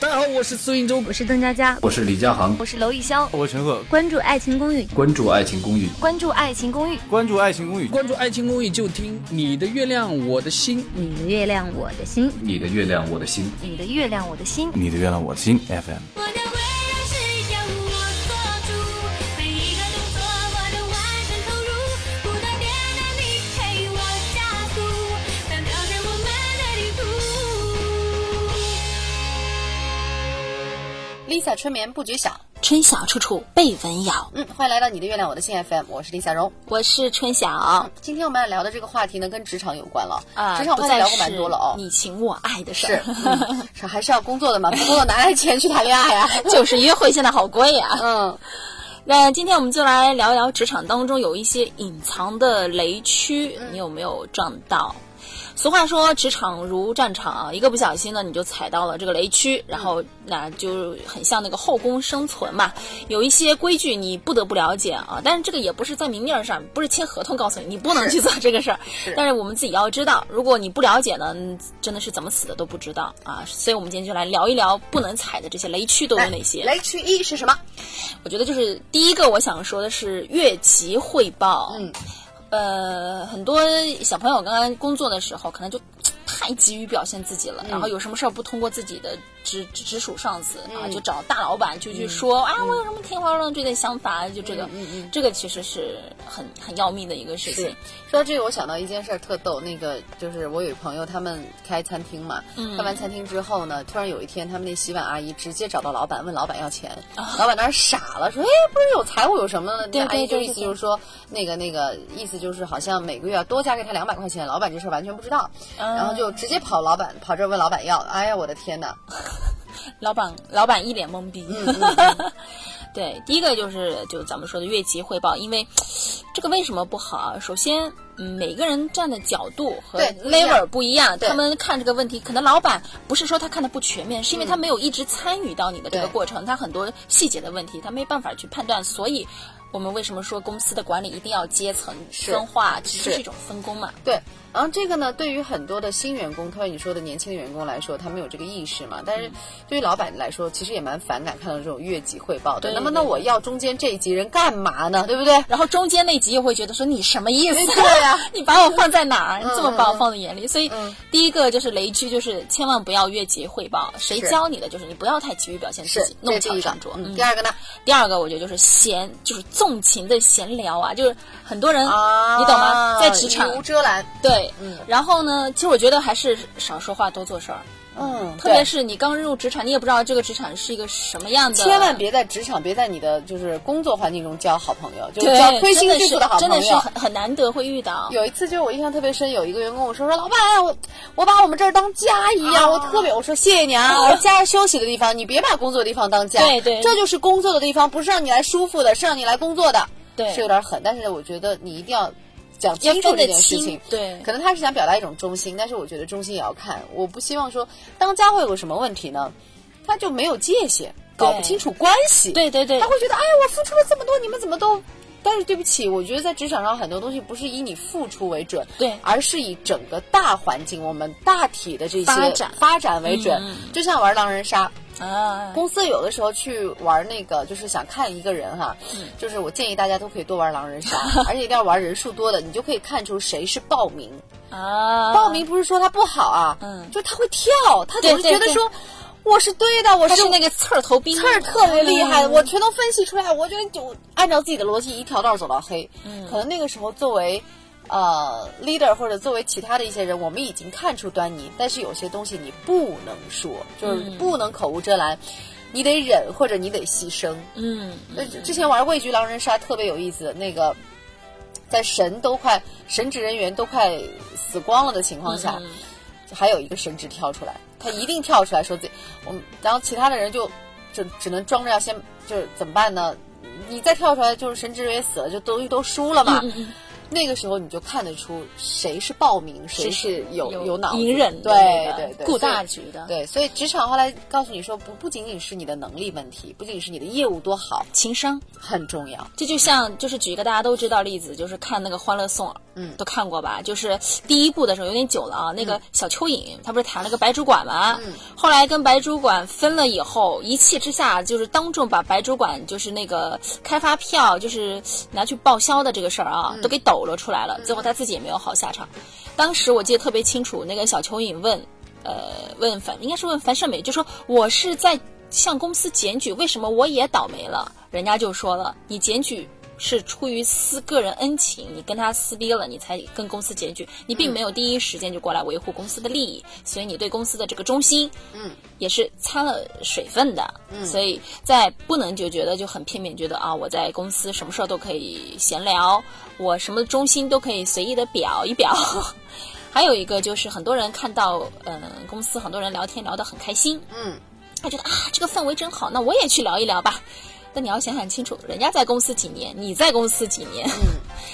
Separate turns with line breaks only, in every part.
大家好，我是苏云洲，
我是邓佳佳，
我是李佳航，
我是娄艺潇，
我陈赫。
关注《爱情公寓》，
关注爱情公寓，
关注《爱情公寓》，
关注爱情公寓，
关注爱情公寓就听你的月亮我的心。
你的月亮我的心，
你的月亮我的心，
你的月亮我的心。
你的月亮我的心 FM。
我的微笑是要我做主，每一个动作我都完全投入，不断电到你陪我加速，翻飘着我们的地图。
Lisa 春眠不觉晓。
春晓处处被蚊咬。
嗯，欢迎来到你的月亮我的心 FM，我是 Lisa 荣。
我是春晓，
今天我们要聊的这个话题呢，跟职场有关了。
啊，
职场
不
话题
再
聊过
是
蛮多了哦。
你情我爱的事
是
儿，，
嗯是还是要工作的嘛？不工作哪来钱去谈恋爱呀、啊
就是约会现在好贵呀、
嗯，
那今天我们就来聊一聊职场当中有一些隐藏的雷区，你有没有撞到？俗话说，职场如战场啊，一个不小心呢，你就踩到了这个雷区，然后那就很像那个后宫生存嘛，有一些规矩你不得不了解啊。但是这个也不是在明面上，不是签合同告诉你你不能去做这个事儿，但是我们自己要知道，如果你不了解呢，嗯真的是怎么死的都不知道啊。所以我们今天就来聊一聊不能踩的这些雷区都有哪些。
雷区一是什么？
我觉得就是第一个我想说的是越级汇报。
嗯，
呃，很多小朋友刚刚工作的时候，可能就太急于表现自己
嗯
了，然后有什么事儿不通过自己的直直直属上司、
嗯
啊，就找大老板就去说、啊，我有什么天花乱坠的想法，就
嗯
这个，这个其实是很很要命的一个事情
是。说到这个，我想到一件事儿特逗，那个就是我有一朋友，他们开餐厅嘛，
嗯
开完餐厅之后呢，突然有一天，他们那洗碗阿姨直接找到老板，问老板要钱，老板当时傻了，说：“哎，不是有财务有什么呢？”
啊对
那阿姨就
对对
意思
对
就是说，那个那个意思就是好像每个月要多加给他两百块钱，老板这事儿完全不知道，
啊
然后就直接跑老板跑这儿问老板要，哎呀，我的天哪！
老板老板一脸懵逼。
嗯
对，第一个就是就咱们说的越级汇报，因为 这个为什么不好啊？首先，嗯，每个人站的角度和
对不一样
level 不一样，
对
他们看这个问题，可能老板不是说他看的不全面，是因为他没有一直参与到你的这个
对
过程，他很多细节的问题他没办法去判断，所以。我们为什么说公司的管理一定要阶层
是
分化？其
是
实就是一种分工嘛。
对，然后这个呢，对于很多的新员工，特别你说的年轻的员工来说，他们有这个意识嘛。但是
嗯
对于老板来说，其实也蛮反感看到这种越级汇报的。
对
那么，
对
那我要中间这一级人干嘛呢？对不对？
然后中间那集又会觉得说你什么意思？
对呀
你把我放在哪儿？你这么把我
嗯
放在眼里？所以
嗯
第一个就是雷区，就是千万不要越级汇报。谁教你的？就是你不要太急于表现自己，弄
这是
巧
第一个
成拙。。
嗯，
嗯
第二个呢？
第二个，我觉得就是闲，就是纵情的闲聊啊，就是很多人，
啊，
你懂吗？在职场
语无遮拦。
对，
嗯
然后呢，其实我觉得还是少说话，多做事儿。
嗯，
特别
对
是你刚入职场，你也不知道这个职场是一个什么样的，
千万别在职场，别在你的就是工作环境中交好朋友，就是
对
交推心
真
置
是
腹的好朋
真
友。
的是很很难得会遇到。
有一次就是我印象特别深，有一个员工跟我说说老板，我我把我们这儿当家一
啊
样，我特别我说谢谢你啊，我说家是休息的地方，你别把工作的地方当家，
哦对对
这就是工作的地方，不是让你来舒服的，是让你来工作的，
对
是有点狠，但是我觉得你一定要讲
要
清楚
分
这
得
件事
清
情，，
对，
可能他是想表达一种忠心，但是我觉得忠心也要看。我不希望说当家会有什么问题呢？他就没有界限，
对
搞不清楚关系。
对对对
他会觉得哎，我付出了这么多，你们怎么都……但是对不起，我觉得在职场上很多东西不是以你付出为准，
对
而是以整个大环境、我们大体的这些
发展
发展为准。
嗯
就像玩狼人杀，
啊，
公司有的时候去玩那个，就是想看一个人哈，
嗯
就是我建议大家都可以多玩狼人 杀，而且一定要玩人数多的，你就可以看出谁是报名。
啊，
报名不是说他不好啊，
嗯
就他会跳，他总是
对对
觉得
对
说我是对的，我
他
是
是那个刺儿头兵，啊
刺儿特别厉害，
嗯
我全都分析出来，我觉得就按照自己的逻辑一条道走到黑。
嗯
可能那个时候作为呃 leader 或者作为其他的一些人，我们已经看出端倪，但是有些东西你不能说，就是
嗯
不能口无遮拦。你得忍，或者你得牺牲。
嗯，
那呃之前玩畏惧狼人杀特别有意思，那个在神都快神职人员都快死光了的情况
嗯
下，还有一个神职跳出来，他一定跳出来说自己我们，然后其他的人就就只能装着要
嗯
先就是怎么办呢？你再跳出来就是神职人员死了，就东西都输了嘛。那个时候你就看得出谁是暴民，谁是有
有
有脑子
隐忍的
对
那个
对对，所
顾
以
大局的
对，所以职场后来告诉你说，不不仅仅是你的能力问题，不仅仅是你的业务多好，
情商。
很重要。
这就像，就是举一个大家都知道例子，就是看那个《欢乐颂》，
嗯
都看过吧？就是第一部的时候有点久了啊，那个小蚯蚓他不是谈了个白主管吗？
嗯
后来跟白主管分了以后，一气之下就是当众把白主管就是那个开发票就是拿去报销的这个事儿啊，
嗯
都给抖了出来了。最后他自己也没有好下场。当时我记得特别清楚，那个小蚯蚓问，呃，问樊应该是问樊胜美，就说我是在向公司检举，为什么我也倒霉了？人家就说了，你检举。是出于私个人恩情，你跟他撕逼了，你才跟公司检举，你并没有第一时间就过来维护公司的利益，所以你对公司的这个忠心，
嗯，
也是掺了水分的，嗯所以在不能就觉得就很片面，觉得啊，我在公司什么事儿都可以闲聊，我什么忠心都可以随意的表一表。 还有一个就是很多人看到，嗯、公司很多人聊天聊得很开心，
嗯，
他觉得啊，这个氛围真好，那我也去聊一聊吧。但你要想想清楚，人家在公司几年，你在公司几年，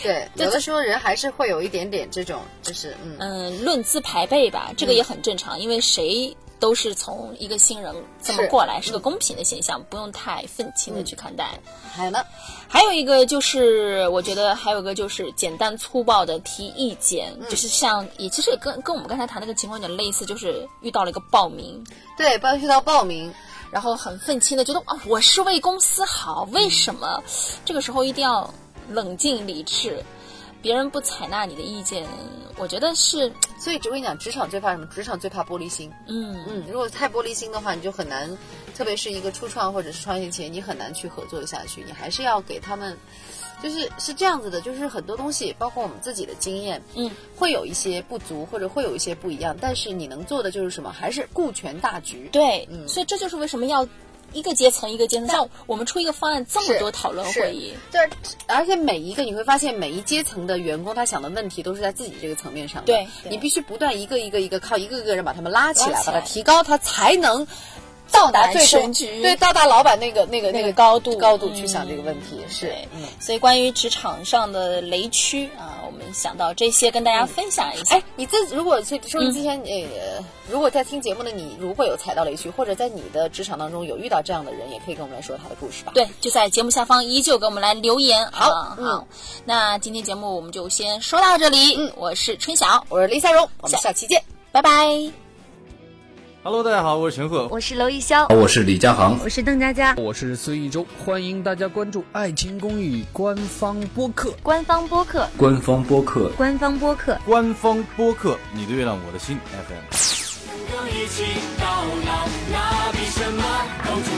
对，
对
有
这
的时候人还是会有一点点这种，就是嗯
嗯，论资排辈吧，这个也很正常，因为谁都是从一个新人这么过来，是个公平的现象，不用太愤青的去看待。
还呢，
还有一个就是，我觉得还有一个就是简单粗暴的提意见，就是像也其实也跟跟我们刚才谈那个情况有点类似，就是遇到了一个暴民，
对，包括遇到暴民，
然后很愤青的觉得啊，我是为公司好，为什么？这个时候一定要冷静理智，别人不采纳你的意见，我觉得是
所以只跟你讲，职场最怕什么？职场最怕玻璃心。
嗯。
嗯，如果太玻璃心的话，你就很难，特别是一个初创或者是创业企业，你很难去合作下去。你还是要给他们，就是是这样子的，就是很多东西，包括我们自己的经验，
嗯，
会有一些不足或者会有一些不一样，但是你能做的就是什么？还是顾全大局。
对，
嗯
所以这就是为什么要一个阶层一个阶层，像我们出一个方案这么
是
多讨论会议，
对，而且每一个你会发现，每一阶层的员工他想的问题都是在自己这个层面上的。
对对
你必须不断一个一个一个靠一个个人把他们拉起
拉
来，
起
把它
来
提高，他才能到达
达
最
全
终
局
对，到达老板那个那个
那
那
个
个
高度
高度去
嗯
想这个问题是
对。
嗯
所以关于职场上的雷区啊，我们想到这些跟大家分享一下。
哎，你自如果是收音机前，
嗯
呃，如果在听节目的你，如果有踩到雷区，或者在你的职场当中有遇到这样的人，也可以跟我们来说他的故事吧。
对，就在节目下方依旧给我们来留言。
好
啊
嗯
好，那今天节目我们就先说到这里。
嗯
我是春晓，
我是 Lisa 荣，我们
下
下期见。
拜拜。
Hello，大家好，我是陈赫，
我是娄艺潇，
我是李佳航，
我是邓佳佳。
我是孙一周，欢迎大家关注《爱情公寓》官方播客。
官方播客，
官方播客
官方播客，
官方播客《你的月亮我的心》FM。
一起到老，那比什么都重